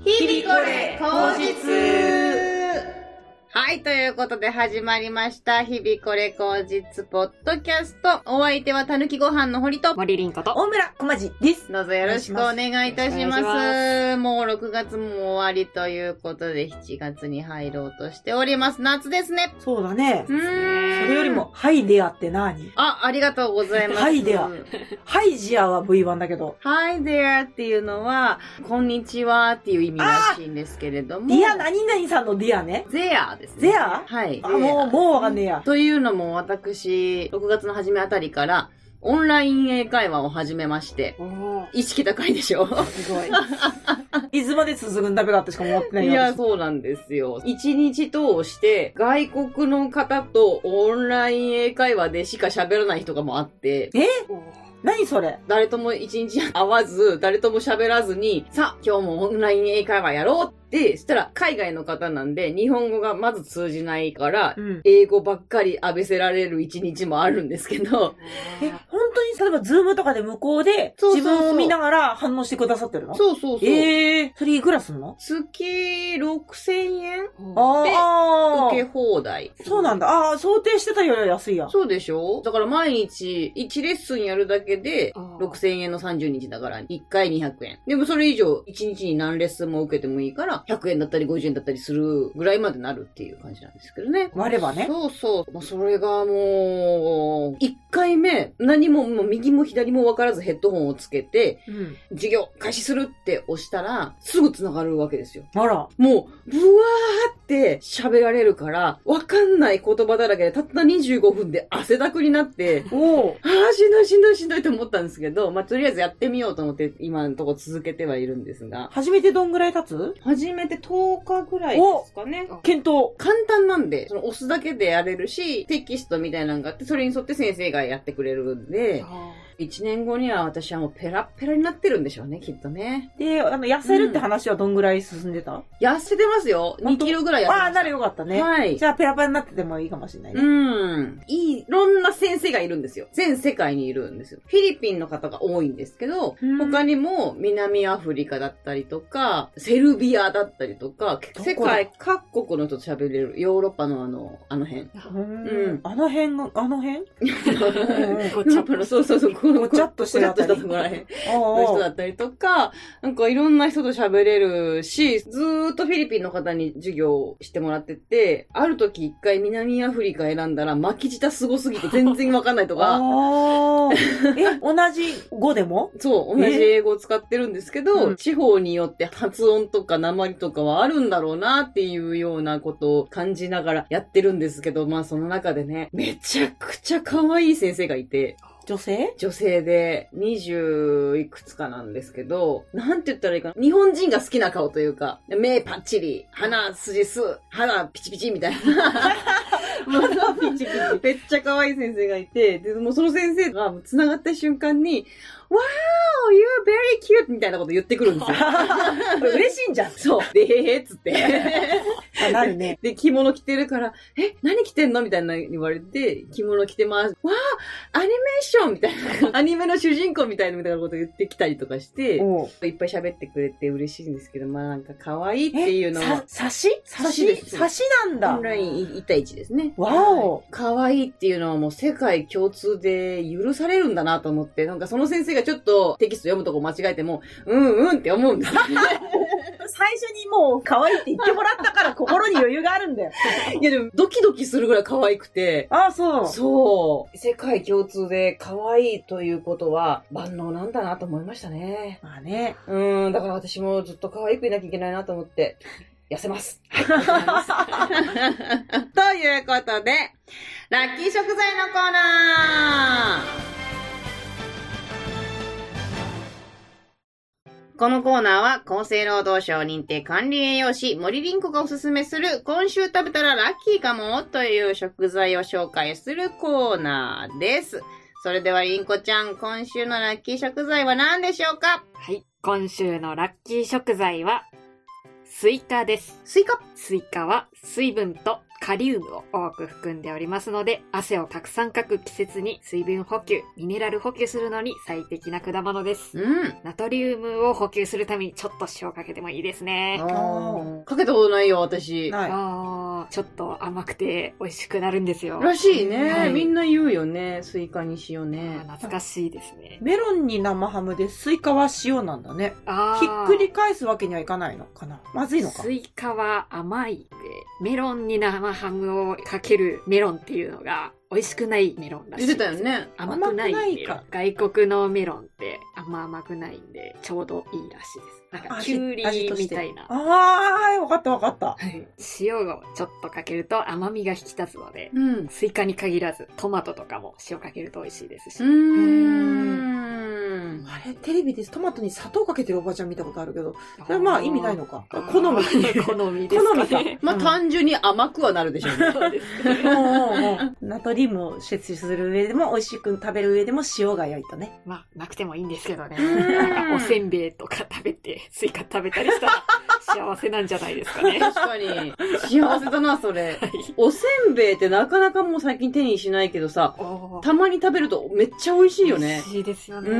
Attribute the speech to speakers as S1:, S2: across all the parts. S1: ぞれ口実はい、ということで始まりました。日々これ口実ポッドキャスト。お相手はたぬきご飯の堀と。
S2: 森凛子と。
S3: 大村小まじです。
S1: どうぞよろしくお願いいたします。
S2: お願
S1: もう6月も終わりということで、7月に入ろうとしております。夏ですね。
S3: そうだね。
S1: うーん。
S3: それよりも、ハイデアって何
S1: あ、ありがとうございます。
S3: はいではハイジアは V1 だけど、
S1: Hi there っていうのは、こんにちはっていう意味らしいんですけれども。
S3: ディア何々さんのディアね。
S1: ゼアですね。
S3: ゼア
S1: はい。
S3: あ、もう、もうわかんねえや。
S1: というのも私、6月の初めあたりから、オンライン英会話を始めまして、
S2: おー
S1: 意識高いでしょ
S3: すごい。いつまで続くんだべかってしか思ってない
S1: い
S3: よ。
S1: や、
S3: 私
S1: そうなんですよ。一日通して、外国の方とオンライン英会話でしか喋らない人がもうあって、
S2: おー
S3: 何それ
S1: 誰とも一日会わず、誰とも喋らずに、さあ、今日もオンライン英会話やろうって、したら、海外の方なんで、日本語がまず通じないから、
S3: うん。
S1: 英語ばっかり浴びせられる一日もあるんですけど、
S3: え、本当に例えば、ズームとかで向こうで、
S1: そうそうそう
S3: 自分を見ながら反応してくださってるの
S1: そうそうそう。
S3: ええー、それいくらすんの
S1: 月6000円
S3: あ
S1: 受け
S3: あ。
S1: 放題。
S3: そうなんだ。ああー、想定してたよりは安いや。
S1: そうでしょだから毎日1レッスンやるだけで
S2: あー
S1: 6000円の30日だから1回200円。でもそれ以上1日に何レッスンも受けてもいいから100円だったり50円だったりするぐらいまでなるっていう感じなんですけどね。
S3: 割ればね。
S1: そうそう。もうそれがもう、1回目何ももう右も左も分からずヘッドホンをつけて
S3: うん。
S1: 授業開始するって押したらすぐ繋がるわけですよ。
S3: あら。
S1: もう、ブワーって喋られるから、わかんない言葉だらけで、たった25分で汗だくになって、
S3: おお。
S1: ああ、しんどいしんどいしんどいと思ったんですけど、まあ、とりあえずやってみようと思って、今のとこ続けてはいるんですが、
S3: 初めてどんぐらい経つ
S1: 初めて10日ぐらいですかね。
S3: 検討。
S1: 簡単なんで、その押すだけでやれるし、テキストみたいなのがあって、それに沿って先生がやってくれるんで、
S2: あ
S1: 1年後には私はもうペラッペラになってるんでしょうね、きっとね。
S3: で、あの、痩せるって話はどんぐらい進んでた、
S1: 痩せてますよ。2
S3: 本当
S1: キロぐらい痩せてます。
S3: ああ、ならよかったね。
S1: はい。
S3: じゃあ、ペラペラになっててもいいかもしれないね。
S1: うん。いい、いろんな先生がいるんですよ。全世界にいるんですよ。フィリピンの方が多いんですけど、
S3: うん
S1: 他にも南アフリカだったりとか、セルビアだったりとか、
S3: どこだ
S1: 世界各国の人と喋れる。ヨーロッパのあの、あの 辺。
S3: う
S1: うん
S3: ん。あの辺の、あの 辺
S1: ヨ
S2: ーこっ
S1: ー
S2: ち
S1: ロッパのそうそうそう、この
S3: ごちゃっとしてる
S1: ご
S3: あ
S1: ちゃ
S3: た
S1: っと
S3: り
S1: したところらへんの
S3: お
S1: 人
S3: うお
S1: だ
S3: う
S1: ったりとか、なんかいろんな人と喋れるし、ずーっとフィリピンの方に授業をしてもらってて、ある時一回南アフリカ選んだら巻き舌すごす ぎて全然わかんないとか、
S3: あーえ、同じ語でも
S1: そう、同じ英語を使ってるんですけど、
S3: えうん
S1: 地方によって発音とか鉛とかはあるんだろうなっていうようなことを感じながらやってるんですけど、まあその中でね、めちゃくちゃ可愛い先生がいて、
S3: 女 性
S1: 女性で20いくつかなんですけど、なんて言ったらいいかな。日本人が好きな顔というか、目パッチリ、鼻筋す、肌ピチピチみたいな。鼻ピチピチ。めっちゃ可愛い先生がいて、で、もうその先生が繋がった瞬間に、Wow, you're very cute! みたいなこと言ってくるんですよ。
S3: 嬉しいんじゃん。
S1: そう。で、へへっつって。
S3: あなる ね。
S1: で、着物着てるから、え、何着てんのみたいな言われて、着物着てます。わあ、アニメーションみたいな。アニメの主人公みたいなみたいなこと言ってきたりとかして、
S3: おう
S1: いっぱい喋ってくれて嬉しいんですけど、まあなんか可愛いっていう
S3: え、
S1: の
S3: さ
S1: は、、
S3: 刺し
S1: 差
S3: 刺
S1: し
S3: し
S1: です
S3: 刺しなん
S1: オ
S3: だ
S1: ン。ライン1対1ですね。
S3: わお。
S1: 可愛いっていうのはもう世界共通で許されるんだなと思って、なんかその先生がちょっとテキスト読むとこ間違えても、うんうんって思うん ですよ
S3: 最初にもう、可愛いって言ってもらったから心に余裕があるんだよ。
S1: いやでもドキドキするぐらい可愛くて、
S3: ああ、そう。
S1: そう。世界共通で可愛いということは万能なんだなと思いましたね。
S3: まあね。
S1: うん、だから私もずっと可愛くいなきゃいけないなと思って、痩せます。 ということで、ラッキー食材のコーナーこのコーナーは厚生労働省認定管理栄養士森凛子がおすすめする今週食べたらラッキーかもという食材を紹介するコーナーです。それでは凛子ちゃん、今週のラッキー食材は何でしょうか
S2: はい。今週のラッキー食材は、スイカです。
S1: スイカ
S2: スイカは水分とカリウムを多く含んでおりますので、汗をたくさんかく季節に水分補給、ミネラル補給するのに最適な果物です。
S1: うん。
S2: ナトリウムを補給するためにちょっと塩かけてもいいですね。
S1: ああ。かけたことないよ、私。
S3: ない。
S2: あーちょっと甘くて美味しくなるんですよ。
S1: らしいね、
S2: はい
S1: みんな言うよね。スイカにしよう
S2: あー
S1: ね。
S2: 懐かしいですね。
S3: メロンに生ハムでスイカは塩なんだね。
S2: あ
S3: ひ
S2: ー
S3: っくり返すわけにはいかないのかな。まずいのか
S2: ス。イカは甘いんで、メロンに生ハムをかけるメロンっていうのが美味しくないメロンらしい
S1: 言
S2: ん
S1: っ
S2: で
S1: て
S2: す。
S1: たよね。
S2: 甘くない
S3: 甘くない
S2: メロ
S3: か
S2: ン。外国のメロンってあんま甘くないんで、ちょうどいいらしいです。なんか、
S3: 味
S2: キュウ
S3: 味
S2: リ
S3: として
S2: みたいな。
S3: ああ、わかったわかった。
S2: はい塩をちょっとかけると甘みが引き立つので、
S1: うん。
S2: スイカに限らず、トマトとかも塩かけると美味しいですし。
S1: うーん。
S3: あれ、テレビでトマトに砂糖かけてるおばちゃん見たことあるけど、
S2: あー
S3: それまあ意味ないのか。好み。
S2: 好みですか、ね。
S3: 好みか
S1: まあ、
S3: うん
S1: 単純に甘くはなるでしょうね。
S2: そうです ね
S3: ナトリウムを摂取する上でも、美味しく食べる上でも塩が良いとね。
S2: まあ、なくてもいいんですけどね。
S1: ん
S2: なんか、おせんべいとか食べて、スイカ食べたりしたら、幸せなんじゃないです かね。は
S1: 確かに。幸せだな、それ。
S2: い。
S1: おせんべいってなかなかもう最近手にしないけどさ、
S2: おー
S1: たまに食べるとめっちゃ美味しいよ
S2: 美
S1: ね
S2: 味。しいですよ
S1: う
S2: ね。
S1: ー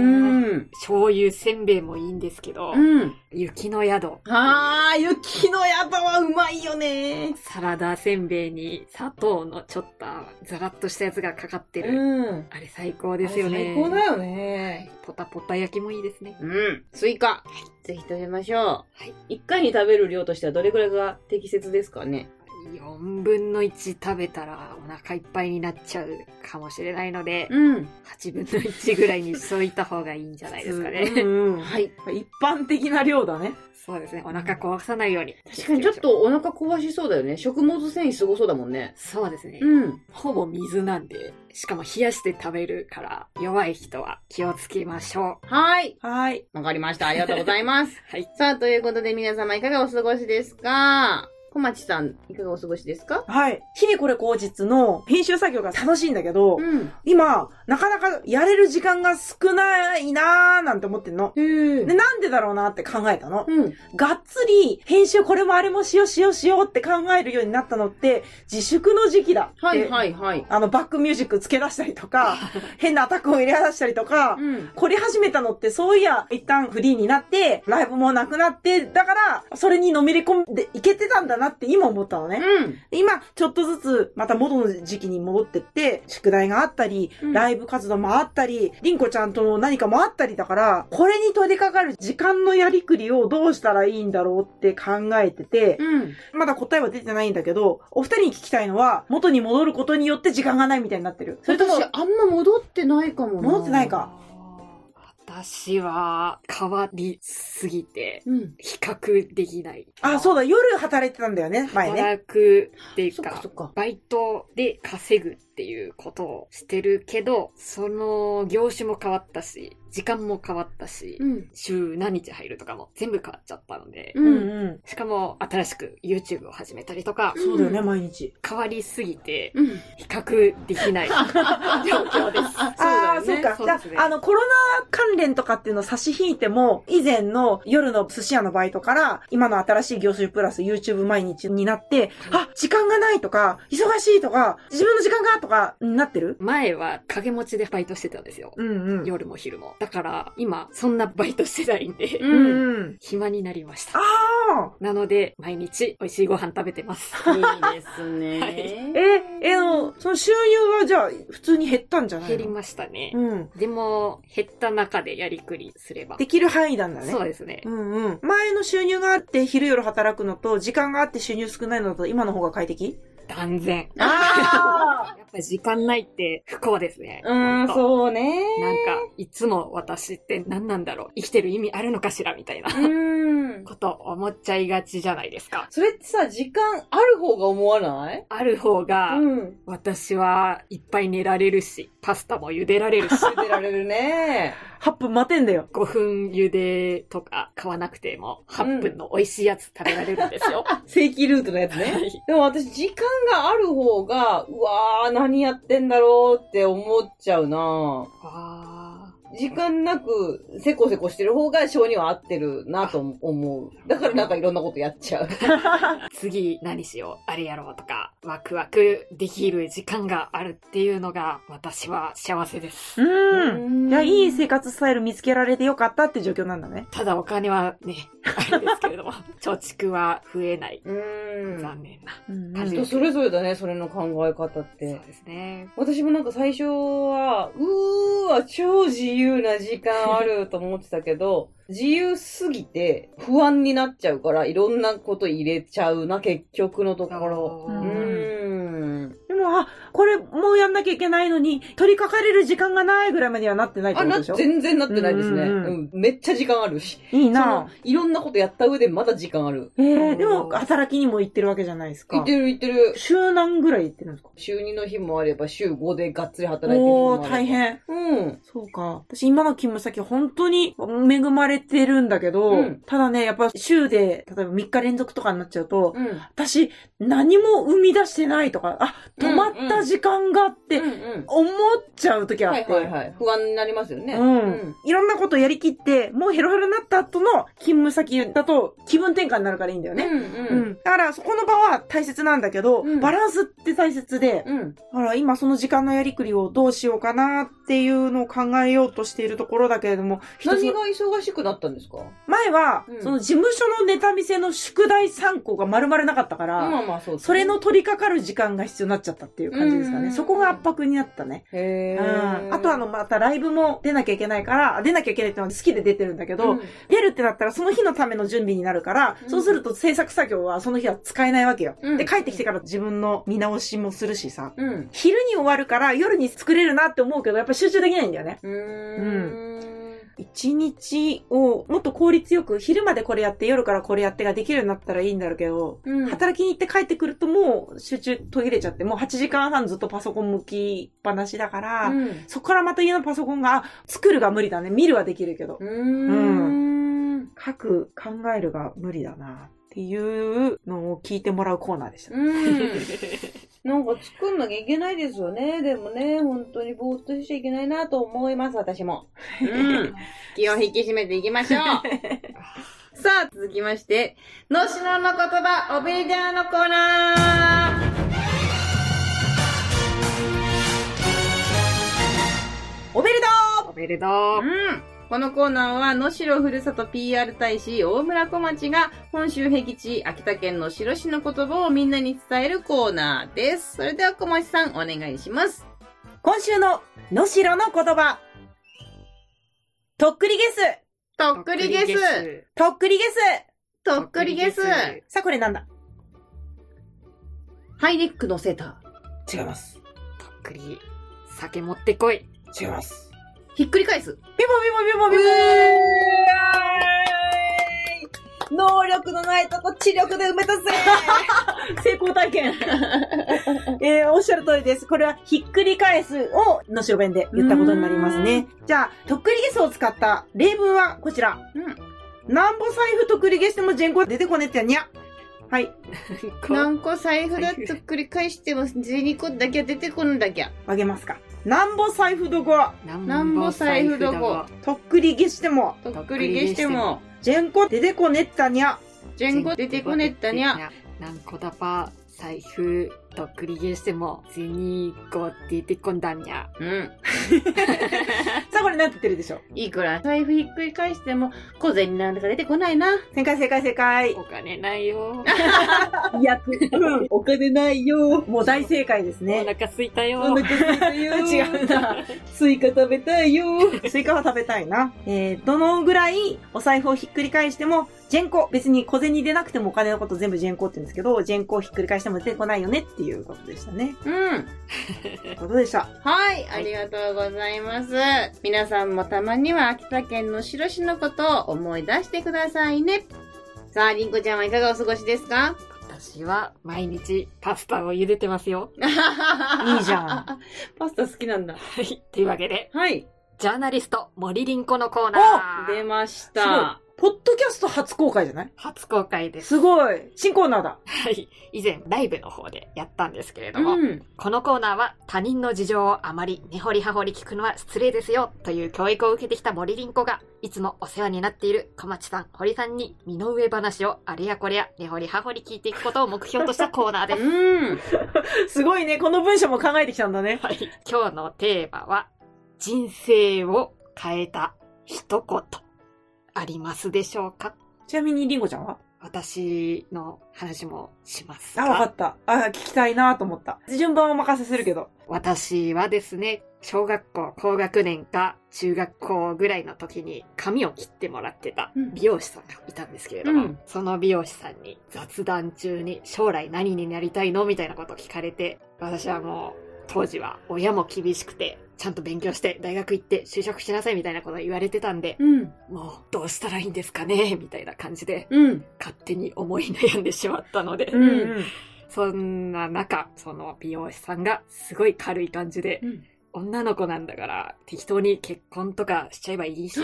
S1: ん。
S2: 醤油せんべいもいいんですけど、
S1: うん。
S2: 雪の宿。
S1: あー、雪の宿はうまいよね。
S2: サラダせんべいに砂糖のちょっとザラッとしたやつがかかってる。
S1: うん。
S2: あれ最高ですよね。
S1: 最高だよね。
S2: ポタポタ焼きもいいですね。
S1: うん。スイカ。ぜひ食べましょう。
S2: は
S1: 一回に食べる量としてはどれくらいが適切ですかね。
S2: 4分の1食べたらお腹いっぱいになっちゃうかもしれないので、
S1: うん。
S2: 8分の1ぐらいにしといた方がいいんじゃないですかね。
S3: うんうん
S1: はい。
S3: 一般的な量だね。
S2: そうですね。お腹壊さないように。
S1: 確かにちょっ。とお腹壊しそうだよね。食物繊維すごそうだもんね。
S2: そうですね。
S1: うん。
S2: ほぼ水なんで、しかも冷やして食べるから弱い人は気をつけましょう。
S1: はい。
S3: はい。
S1: わかりました。ありがとうござい ます。
S2: はい。
S1: さあ、ということで皆様いかがお過ごしですか小町さん、いかがお過ごしですか
S3: はい。日々これ口実の編集作業が楽しいんだけど、
S1: うん。
S3: 今、なかなかやれる時間が少ないなーなんて思ってんの。
S1: へ
S3: で、なんでだろうなって考えたの。
S1: うん。
S3: がっつり編集これもあれもしようしようしようって考えるようになったのって、自粛の時期だって。
S1: はいはいはい。
S3: あの、バックミュージック付け出したりと か、変なアタックを入れ出したりとか、
S1: うん。
S3: 凝り始めたのって、そういや、一旦フリーになって、ライブもなくなって、だから、それにのめり込んでいけてたんだなって今思ったのね。
S1: うん。
S3: 今、ちょっとずつ、また元の時期に戻ってって、宿題があったり、
S1: うん
S3: ライブ活動もあったり、りんこちゃんとの何かもあったりだから、これに取り掛かる時間のやりくりをどうしたらいいんだろうって考えてて、
S1: うん。
S3: まだ答えは出てないんだけど、お二人に聞きたいのは、元に戻ることによって時間がないみたいになってる。それとも
S1: 私、あんま戻ってないかもな。
S3: 戻ってないか。
S2: 私は変わりすぎて
S1: うん。
S2: 比較できない。
S3: あ、そうだ、夜働いてたんだよね、前ね。
S2: 働くっていう
S1: そっか
S2: か
S1: そ、っか。
S2: バイトで稼ぐっていうことをしてるけど、その業種も変わったし、時間も変わったし、
S1: うん。
S2: 週何日入るとかも全部変わっちゃったので、
S1: うん
S3: うん。
S2: しかも新しく YouTube を始めたりとか、
S3: そうだよね、毎日。
S2: 変わりすぎて
S1: うん。
S2: 比較できない 状況です。
S3: ああー、
S1: そだよ
S3: そうう
S1: ね
S3: か。
S2: そう
S3: じ
S2: で
S3: ゃ
S2: すね
S3: あ、あの、コロナ関連とかっていうのを差し引いても、以前の夜の寿司屋のバイトから、今の新しい業種プラス YouTube 毎日になって、あ、時間がないとか、忙しいとか、自分の時間がとか、になってる
S2: 前は掛け持ちでバイトしてたんですよ。
S3: うんうん。
S2: 夜も昼も。だから、今、そんなバイトしてないんで、
S1: う
S3: うんんうん。
S2: 暇になりまし
S3: あ
S2: た。
S3: あ。
S2: なので、毎日美味しいご飯食べてます。
S1: いいです
S2: は
S1: ね。
S2: い
S3: え、えの、その収入はじゃあ、普通に減ったんじゃないの
S2: 減りましたね。
S3: うん。
S2: でも、減った中でやりくりすれば。
S3: できる範囲なんだね。
S2: そうですね
S3: う。んうん。前の収入があって昼夜働くのと、時間があって収入少ないのと、今の方が快適
S2: 断然。
S1: あ
S2: やっぱり時間ないって不幸ですね。
S1: うん、
S2: 本当
S1: そうね。
S2: なんか、いつも私って何なんだろう生きてる意味あるのかしらみたいな
S1: うん。
S2: こと思っちゃいがちじゃないですか。
S1: それってさ、時間ある方が思わない
S2: ある方が、
S1: ん。
S2: 私はいっぱい寝られるし、パスタも茹でられるし、
S1: 出られる ね。
S3: ?8 分待てんだよ。
S2: 5分茹でとか買わなくても、8分の美味しいやつ食べられるんですよ。
S1: 正規ルートのやつね。
S2: はい
S1: でも私、時間がある方が、うわー、何やってんだろうって思っちゃうな
S2: あー
S1: 時間なく、せこせこしてる方が性には合ってるなと思う。だからなんかいろんなことやっちゃう。
S2: 次何しよう、あれやろうとか、ワクワクできる時間があるっていうのが私は幸せです。
S3: うん。いや、いい生
S1: せ
S3: 活スタイル見つけられてよかったって状況なんだね。
S2: ただお金はね、あれですけれども、 貯蓄は増えない。
S1: うん。
S2: 残念な。
S3: うん
S2: 感じ
S1: 人それぞれだね、それの考え方っ
S2: そう
S1: て。
S2: ですね。
S1: 私もなんか最初は、うーわ、超自由な時間あると思ってたけど、 自由すぎて不安になっちゃうから、いろんなこと入れちゃうな、結局のところ。
S2: う
S1: う
S3: うん
S2: ん
S1: ーん。
S3: でも、あ、これもうやんなきゃいけないのに、取り掛かれる時間がないぐらいまではなってないって
S1: あ、
S3: こと
S1: な、
S3: でしょ
S1: 全然なってないですね。
S3: う
S1: うん
S3: うん
S1: ん。めっちゃ時間あるし。
S3: いい
S1: その
S3: な、
S1: いろんなことやった上でまだ時間ある。
S3: え
S2: う
S3: ー、
S2: ん
S3: でも、働きにも行ってるわけじゃないです
S1: 行
S3: か
S1: っ。てる行ってる。
S3: 週何ぐらい行ってるんですか
S1: 週2の日もあれば、週5でがっつり働いてる日も
S3: お
S1: あれ
S3: ー、
S1: ば
S3: 大。変。
S1: うん。
S3: そうか。私今の勤務先本当に恵まれてるんだけど、
S1: うん
S3: ただね、やっぱ週で、例えば3日連続とかになっちゃうと、
S1: うん。
S3: 私何も生み出してないとか、あ、止まった時間があって
S1: うんうん。
S3: 思っちゃう時あ
S1: は
S3: っ
S1: い
S3: て、
S1: はいはい。不安になりますよね。
S3: うんいろんなことやりきって、もうヘロヘロになった後の勤務先だと気分転換になるからいいんだよね。
S1: うんうん。
S3: だから、そこの場は大切なんだけど、
S1: うん
S3: バランスって大切で、
S1: うん。
S3: ほら、今その時間のやりくりをどうしようかなっていうのを考えようとしているところだけれども、一つ
S1: 何
S3: の
S1: が忙しくなったんですか
S3: 前は、
S1: うん
S3: その事務所のネタ見せの宿題3個が丸々なかったから、
S1: まあまあそうですね
S3: それの取り掛かる時間が必要になっちゃったっていう感じですかね。
S1: うん
S3: そこが圧迫になったね。う
S1: へー
S3: ん。あとあの、またライブも出なきゃいけないから、出なきゃいけないってのは好きで出てるんだけど、
S1: うん
S3: 出るってなったらその日のための準備になるから、
S1: うん
S3: そうすると制作作業はその日は使えないわけよ。
S1: うん
S3: で、帰ってきてから自分の見直しもするしさ。
S1: うん。
S3: 昼に終わるから夜に作れるなって思うけど、やっぱ集中できないんだよね。
S1: うーん。
S3: 一日をもっと効率よく、昼までこれやって、夜からこれやってができるようになったらいいんだろうけど、
S1: うん。
S3: 働きに行って帰ってくるともう集中途切れちゃって、もう8時間半ずっとパソコン向きっぱなしだから、
S1: うん
S3: そこからまた家のパソコンが、あ作るが無理だね。見るはできるけど。
S1: うーん。
S3: 書く、考えるが無理だな。っていうのを聞いてもらうコーナーでした。
S1: うん。なんか作んなきゃいけないですよね。でもね、本当にぼーっとしちゃいけないなと思います、私も。うん。気を引き締めていきましょう。 さあ、続きまして、のしのの言葉、オベリダーのコーナー。
S3: おめでと
S2: おめでとう。
S1: うん。このコーナーは、能代ふるさと PR 大使、大村小町が、本州僻地、秋田県の白市の言葉をみんなに伝えるコーナーです。それでは小町さん、お願いします。
S3: う今週の、のしろの言葉。とっくりゲス
S1: とっくりゲス。
S3: とっくりゲス
S1: とっくりゲス。
S3: さあ、これなんだ
S1: ハイネックのセーター。
S3: 違います。
S2: とっくり。酒持ってこい。
S3: 違います。
S1: ひっくり返す。
S3: ピボピボピボピボ
S1: 能力のないとこ知力で埋めたぜ
S3: 成功 体験。えー、おっしゃる通りです。これはひっくり返すをのしお弁で言ったことになりますね。じゃあ、とっくりゲスを使った例文はこちら。なんぼ財布とっくりゲスでも人口出てこねってにゃ。はい。
S1: 何個財布だとっくり返しても12個だけは出てこんだきゃ。
S3: あげますか。なんぼ財布どこは、
S2: なんぼ財布どこ。
S3: とっくりゲスでも、
S1: とっくりゲしても、
S3: 人口出てこねったにゃ。
S1: ジェンコ出てこねったにゃ。。
S2: なんこだば、財布、とっくりゲしても、銭ご出てこんだにゃ。
S1: うん。
S3: さあ、これなんて言ってるでしょう。
S1: いくら財布ひっくり返しても、小銭なんか出てこないな。
S3: 正解正解 正解
S2: お。金ないよ。
S3: いや、うん。
S1: お金ないよ。
S3: もう大正解です
S2: お
S3: ね。
S2: 腹すいたよ。
S1: 空いたよ
S3: 違うな。
S1: スイカ食べたいよ。
S3: スイカは食べたいな。えー、どのぐらいお財布をひっくり返しても、ジェンコ、別に小銭出なくてもお金のこと全部ジェンコって言うんですけど、ジェンコをひっくり返しても出てこないよねっていうことでしたね。
S1: うん。
S3: ということでした。
S1: はい、ありがとうございます。皆さんもたまには秋田県の白市のことを思い出してくださいね。さあ、りんこちゃんはいかがお過ごしですか
S2: 私は毎日パスタを茹でてますよ。
S1: い
S3: いじゃん。
S1: パスタ好きなんだ。
S2: はい。というわけで、
S1: はい。
S2: ジャーナリスト森林子のコーナー。
S1: 出まし
S3: すごい
S1: た。
S3: ポッドキャスト初公開じゃない
S2: 初公開です。
S3: すごい。新コーナーだ。
S2: はい。以前、ライブの方でやったんですけれども、
S1: うん。
S2: このコーナーは他人の事情をあまり根掘り葉掘り聞くのは失礼ですよという教育を受けてきた森林子が、いつもお世話になっている小町さん、堀さんに身の上話をあれやこれや根掘り葉掘り聞いていくことを目標としたコーナーです。
S1: うん。
S3: すごいね。この文章も考えてきたんだね。
S2: はい。今日のテーマは、人生を変えた一言、ありますでしょうか
S3: ちなみに、りんごちゃんは
S2: 私の話もします
S3: あ、わか
S2: が、
S3: った。あ、聞きたいなと思った。順番を任せするけど。
S2: 私はですね、小学校高学年か中学校ぐらいの時に髪を切ってもらってた
S1: うん
S2: 美容師さんがいたんですけれども、
S1: うん
S2: その美容師さんに雑談中に将来何になりたいのみたいなことを聞かれて、私はもう当時は親も厳しくて、ちゃんと勉強して大学行って就職しなさいみたいなことを言われてたんで、
S1: うん。
S2: もうどうしたらいいんですかねみたいな感じで
S1: うん。
S2: 勝手に思い悩んでしまったので、
S1: ん
S3: うん。
S2: そんな中、その美容師さんがすごい軽い感じで、
S1: うん
S2: 女の子なんだから適当に結婚とかしちゃえばいいし、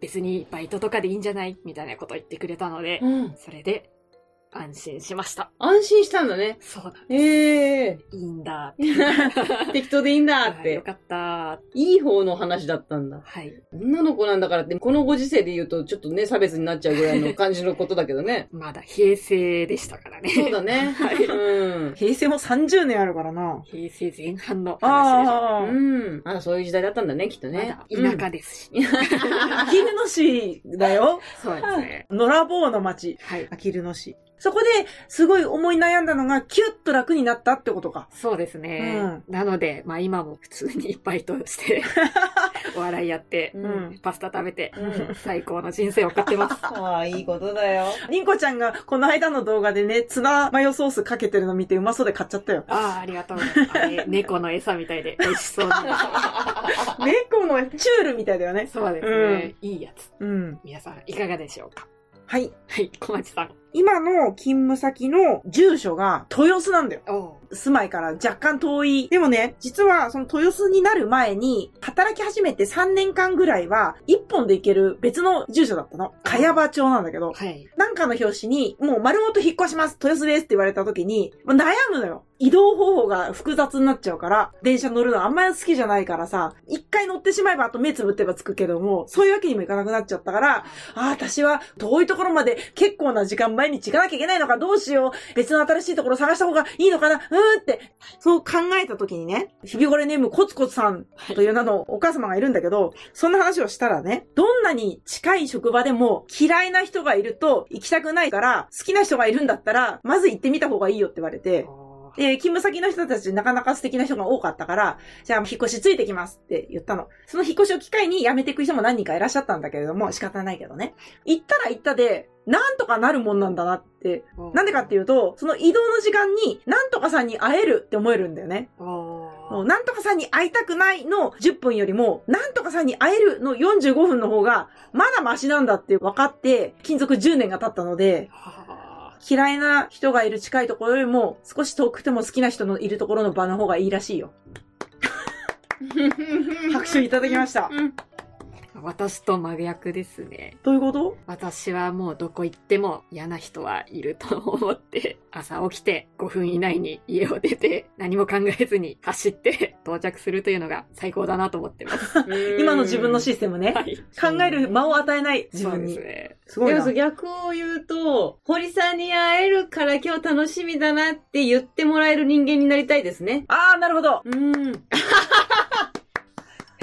S2: 別にバイトとかでいいんじゃないみたいなこと言ってくれたので、
S1: うん。
S2: それで安心しました。
S1: 安心したんだね。
S2: そうだ、
S1: ええ
S2: いいんだ って。
S1: 適当でいいんだっ
S2: あよ
S1: て。
S2: かった。
S1: いい方の話だったんだ。
S2: はい。。
S1: 女の子なんだからって、このご時世で言うと、ちょっとね、差別になっちゃうぐらいの感じのことだけどね
S2: まだ平成でしたからね。
S1: そうだね。うん。
S3: 平成も30年あるからな。
S2: 平成前半の話でしょ。
S3: ああ。
S1: うん。あ、そういう時代だったんだね、きっとね。
S2: まだ田舎ですし。
S3: あきる野市だよ。
S2: そうですね。
S3: 野良坊の町。
S2: はい。
S3: あきる野市。そこで、すごい思い悩んだのが、キュッと楽になったってことか。
S2: そうですね。なので、まあ今も普通に バイトして、お笑いやって、
S1: うん。
S3: う
S1: うんん。
S2: パスタ食べて、
S3: うん
S2: 最高の人生を送ってます。
S1: ああ、いいことだよ。
S3: りんこちゃんがこの間の動画でね、ツナマヨソースかけてるの見てうまそうで買っちゃったよ。
S2: ああ、ありがとうございます。あれ、猫の餌みたい で美味しそうな。
S3: 猫のチュールみたいだよね。
S2: そうですね、いいやつ。
S3: うん。
S2: 皆さん、いかがでしょうか
S3: はい。
S2: はい、小町さん。
S3: 今の勤務先の住所が豊洲なんだよ。
S2: お
S3: 住まいから若干遠い。でもね、実はその豊洲になる前に、働き始めて3年間ぐらいは、一本で行ける別の住所だったの。茅場町なんだけど、
S2: はい。
S3: なんかの表紙に、もう丸ごと引っ越します、豊洲ですって言われた時に、まあ悩むのよ。移動方法が複雑になっちゃうから、電車乗るのあんまり好きじゃないからさ、一回乗ってしまえばあと目つぶってば着くけども、そういうわけにもいかなくなっちゃったから、ああ、私は遠いところまで結構な時間毎日行かなきゃいけないのかどうしよう、別の新しいところ探した方がいいのかな、うーんって、そう考えた時にね、ひびごれネームコツコツさんという名のお母様がいるんだけど、そんな話をしたらね、どんなに近い職場でも嫌いな人がいると行きたくないから、好きな人がいるんだったら、まず行ってみた方がいいよって言われて、
S2: おー
S3: で、勤務先の人たちなかなか素敵な人が多かったから、じゃあ引っ越しついてきますって言ったの。その引っ越しを機会に辞めていく人も何人かいらっしゃったんだけれども、仕方ないけどね。行ったら行ったで、なんとかなるもんなんだなって。
S2: おー
S3: なんでかっていうと、その移動の時間に、なんとかさんに会えるって思えるんだよね。
S2: お
S3: もう
S2: ー
S3: なんとかさんに会いたくないの10分よりも、なんとかさんに会えるの45分の方が、まだマシなんだって分かって、勤続10年が経ったので、
S2: あ
S3: 嫌いな人がいる近いところよりも、少し遠くても好きな人のいるところの場の方がいいらしいよ。拍手いただきました。
S1: うん。
S2: ー私と真逆ですね。
S3: どういうこと
S2: 私はもうどこ行っても嫌な人はいると思って、 朝起きて5分以内に家を出て、何も考えずに走って 到着するというのが最高だなと思ってます。
S3: 今の自分の
S1: シ
S3: システムね
S2: は。い。
S3: 考える間を与えない自
S2: そう
S3: 分
S2: で
S3: に
S2: す。ね。
S3: すごい
S1: で
S3: な
S1: も。そう逆を言うと、堀さんに会えるから今日楽しみだなって言ってもらえる人間になりたいですね。
S3: ああ、なるほど。
S1: うん。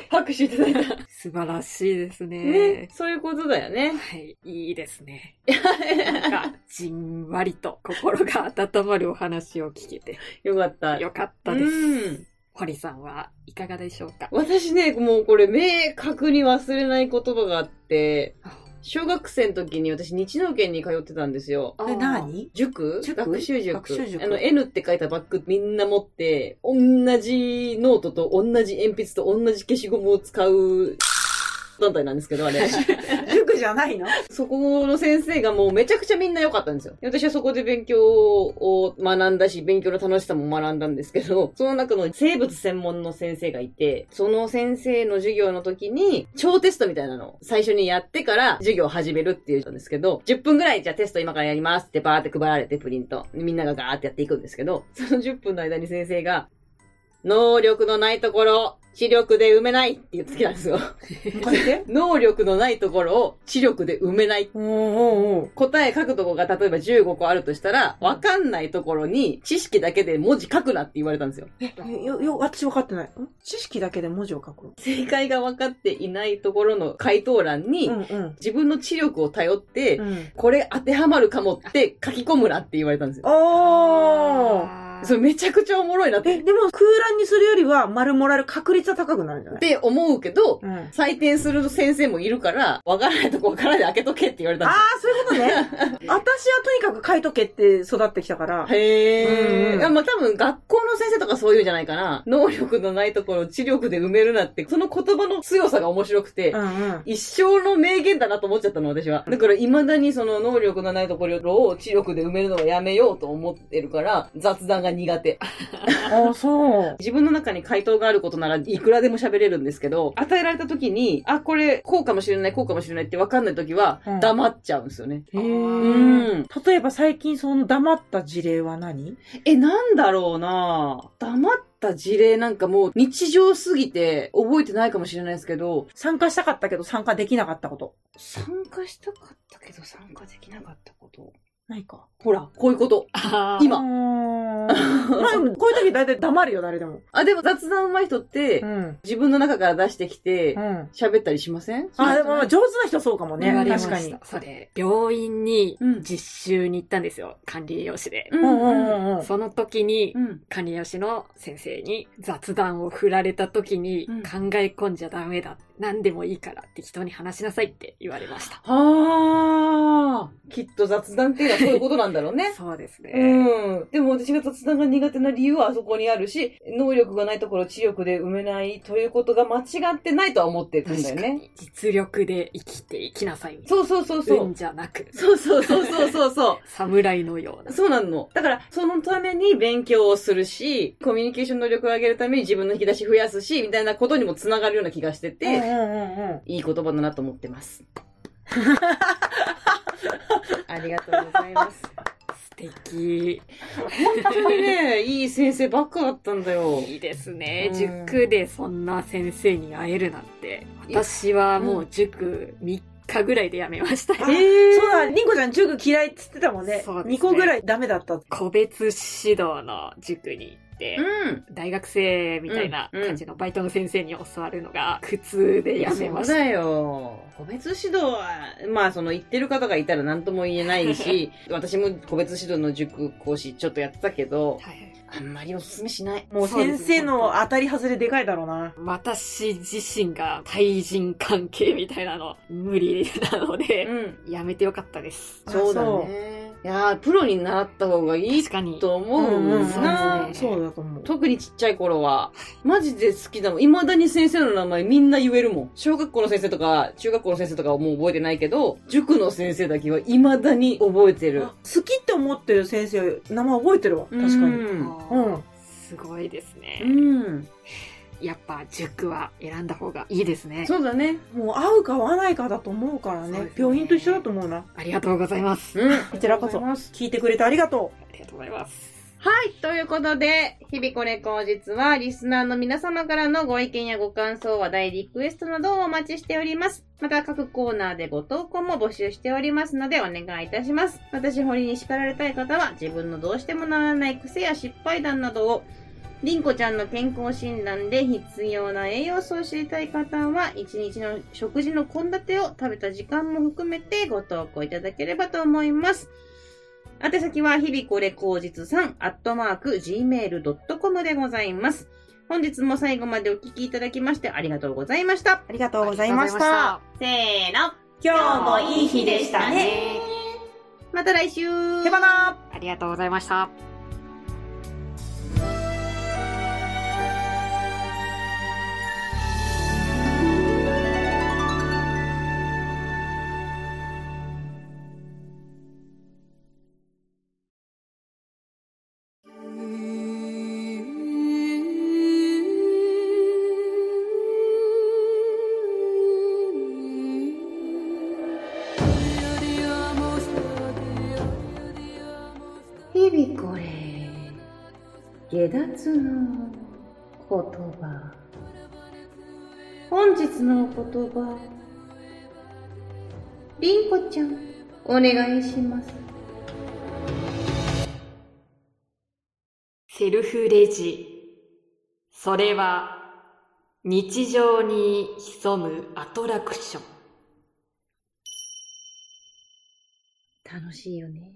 S1: 拍手いただいた。
S2: 素晴らしいです
S1: ね
S2: ね。。
S1: そういうことだよね。
S2: はい、いいですね。なんか、じんわりと心が温まるお話を聞けて、
S1: よかった。
S2: よかったです。
S1: うん
S2: 堀さんはいかがでしょうか
S1: 私ね、もうこれ明確に忘れない言葉があって、小学生の時に私日農研に通ってたんですよ。
S2: あ
S3: え、
S2: ー
S3: 何
S1: 塾
S3: 塾
S1: 学習塾
S3: 学習塾
S1: あの N って書いたバッグみんな持って、同じノートと同じ鉛筆と同じ消しゴムを使う団体なんですけど、あれ。
S3: 塾じゃないの
S1: そこの先生がもうめちゃくちゃみんな良かったんですよ。私はそこで勉強を学んだし、勉強の楽しさも学んだんですけど、その中の生物専門の先生がいて、その先生の授業の時に、超テストみたいなのを最初にやってから授業を始めるっていうんですけど、10分ぐらいじゃあテスト今からやりますってバーって配られてプリント。みんながガーってやっていくんですけど、その10分の間に先生が、能力のないところ、視力で埋めないって言ってきたんですよ。
S3: こうやって
S1: 能力のないところを知力で埋めない。
S3: おーおーおー
S1: 答え書くとこが例えば15個あるとしたら、わかんないところに知識だけで文字書くなって言われたんですよ。
S3: えよ、よ、私分かってない。ん知識だけで文字を書く
S1: 正解が分かっていないところの回答欄に、
S3: うんうん。
S1: 自分の知力を頼って、
S3: うん。
S1: これ当てはまるかもって書き込むなって言われたんですよ。
S3: おー
S1: それめちゃくちゃおもろいなって。
S3: え、
S1: っ
S3: でも空欄にするよりは丸もらえる確率は高くなるんじゃない
S1: て思うけど、
S3: うん。
S1: 採点する先生もいるから、わからないとこわからないで開けとけって言われたん
S3: あ
S1: ですよ。
S3: あ、そういうことね。私はとにかく書いとけって育ってきたから。
S1: へ
S3: うんうん
S1: え。あまあ多分学校の先生とかそういうんじゃないかな。能力のないところを知力で埋めるなって、その言葉の強さが面白くて、
S3: うんうん。
S1: 一生の名言だなと思っちゃったの、私は。だから未だにその能力のないところを知力で埋めるのはやめようと思ってるから、雑談が苦手。
S3: ああ、そう。
S1: 自分の中に回答があることならいくらでも喋れるんですけど、与えられた時に、あ、これ、こうかもしれない、こうかもしれないって分かんない時は
S3: うん、
S1: 黙っちゃうんですよね。
S3: へ
S1: う
S3: え
S1: ん。
S3: 例えば最近その黙った事例は何
S1: え、なんだろうな黙った事例なんかもう日常すぎて覚えてないかもしれないですけど、
S3: 参加したかったけど参加できなかったこと。
S1: 参加したかったけど参加できなかったこと。
S3: ないか。
S1: ほら、こういうこと。今
S3: うーんまあ、こういう時大体黙るよ、誰でも。
S1: あ、でも雑談上手い人って
S3: う、ん。
S1: 自分の中から出してきて
S3: う、ん。
S1: 喋ったりしません
S3: あ、でもまあ上手な人そうかもね
S2: 言わ。れま
S3: 確
S2: した
S3: かに。
S2: それ、病院に
S1: うん
S2: 実習に行ったんですよ。管理栄養士で。
S1: う。
S3: うんうんうんんうん。
S2: その時に
S1: う、ん。
S2: 管理栄養士の先生に雑談を振られた時に、
S1: うん
S2: 考え込んじゃダメだ。何でもいいから適当に話しなさいって言われました。。
S1: はあ、きっと雑談っていうのはそういうことなんだろうね
S2: そうですね。
S1: うん。でも私が雑談が苦手な理由はあそこにあるし、能力がないところを知力で埋めないということが間違ってないとは思ってるん
S2: 確
S1: だ
S2: か
S1: よ
S2: に、
S1: ね。
S2: 実力で生きていきなさい。
S1: そうそうそうそ
S2: 運
S1: う。
S2: じゃなく、
S1: そうそうそうそうそうそう。
S2: 侍のような。
S1: そうなの。だから、そのために勉強をするし、コミュニケーション能力を上げるために自分の引き出し増やすし、みたいなことにもつながるような気がして
S3: うんうん
S1: て、
S3: うんうん。
S1: いい言葉だなと思ってます。ありがとうございます。
S2: 素敵。
S1: 本当にね、いい先生ばっかだったんだよ。
S2: いいですね。
S1: うん
S2: 塾でそんな先生に会えるなんて。私はもう塾3日ぐらいで辞めました。
S3: あ
S1: え
S3: そうだ、ニコちゃん塾嫌いって言ってたもんね。
S2: そうですね
S3: 2個ぐらいダメだった。
S2: 個別指導の塾に行って、
S1: うん。
S2: 大学生みたいな感じのバイトの先生に教わるのが苦痛でやめまし
S1: そう
S2: た。
S1: だよ。個別指導は、まあその言ってる方がいたら何とも言えないし、私も個別指導の塾講師ちょっとやってたけど、
S2: はい
S1: あんまりおすすめしない。
S3: もう
S2: そうで
S3: 先
S2: す
S3: 生の当たり外れでかいだろうな。
S2: 私自身が対人関係みたいなの無理なので、
S1: ん。
S2: やめてよかったです。
S3: あ
S1: そうだね。いやープロに習った方がいい
S2: 確かに。
S1: と思う
S3: うんうん
S1: な、
S2: うん
S3: そうだと思う。
S1: 特にちっちゃい頃は、マジで好きだもん。未だに先生の名前みんな言えるもん。小学校の先生とか、中学校の先生とかはもう覚えてないけど、塾の先生だけは未だに覚えてる
S3: あ。好きって思ってる先生、名前覚えてるわ。確かに。うん。
S1: うん。
S2: うんすごいですね。
S1: うん。
S2: やっぱ塾は選んだ方がいいですね。
S1: そうだね。
S3: もう合うか合わないかだと思うから
S2: そう
S3: ね。
S2: ですね
S3: 病院と一緒だと思うな。
S2: ありがとうございます。
S1: うん。
S3: こちらこそ聞いてくれてありがと
S2: ありがとうございます。
S1: はい。ということで、日々これ口実は、リスナーの皆様からのご意見やご感想、話題、リクエストなどをお待ちしております。また、各コーナーでご投稿も募集しておりますので、お願いいたします。私、堀に叱られたい方は、自分のどうしてもならない癖や失敗談などを、りんこちゃんの健康診断で必要な栄養素を知りたい方は、一日の食事の献立を食べた時間も含めてご投稿いただければと思います。宛先は、日々これ口実さん、アットマーク、gmail.com でございます。本日も最後までお聞きいただきましてありがとうございました。
S3: う。ありがとうございました。
S1: せーの、
S3: 今
S1: 日もいい日でしたね。また来週
S3: 手放
S2: ありがとうございました。
S1: 下脱の言葉本日のお言葉りんこちゃんお願いします
S2: セルフレジ。それは、日常に潜むアトラクション。
S1: 楽しいよね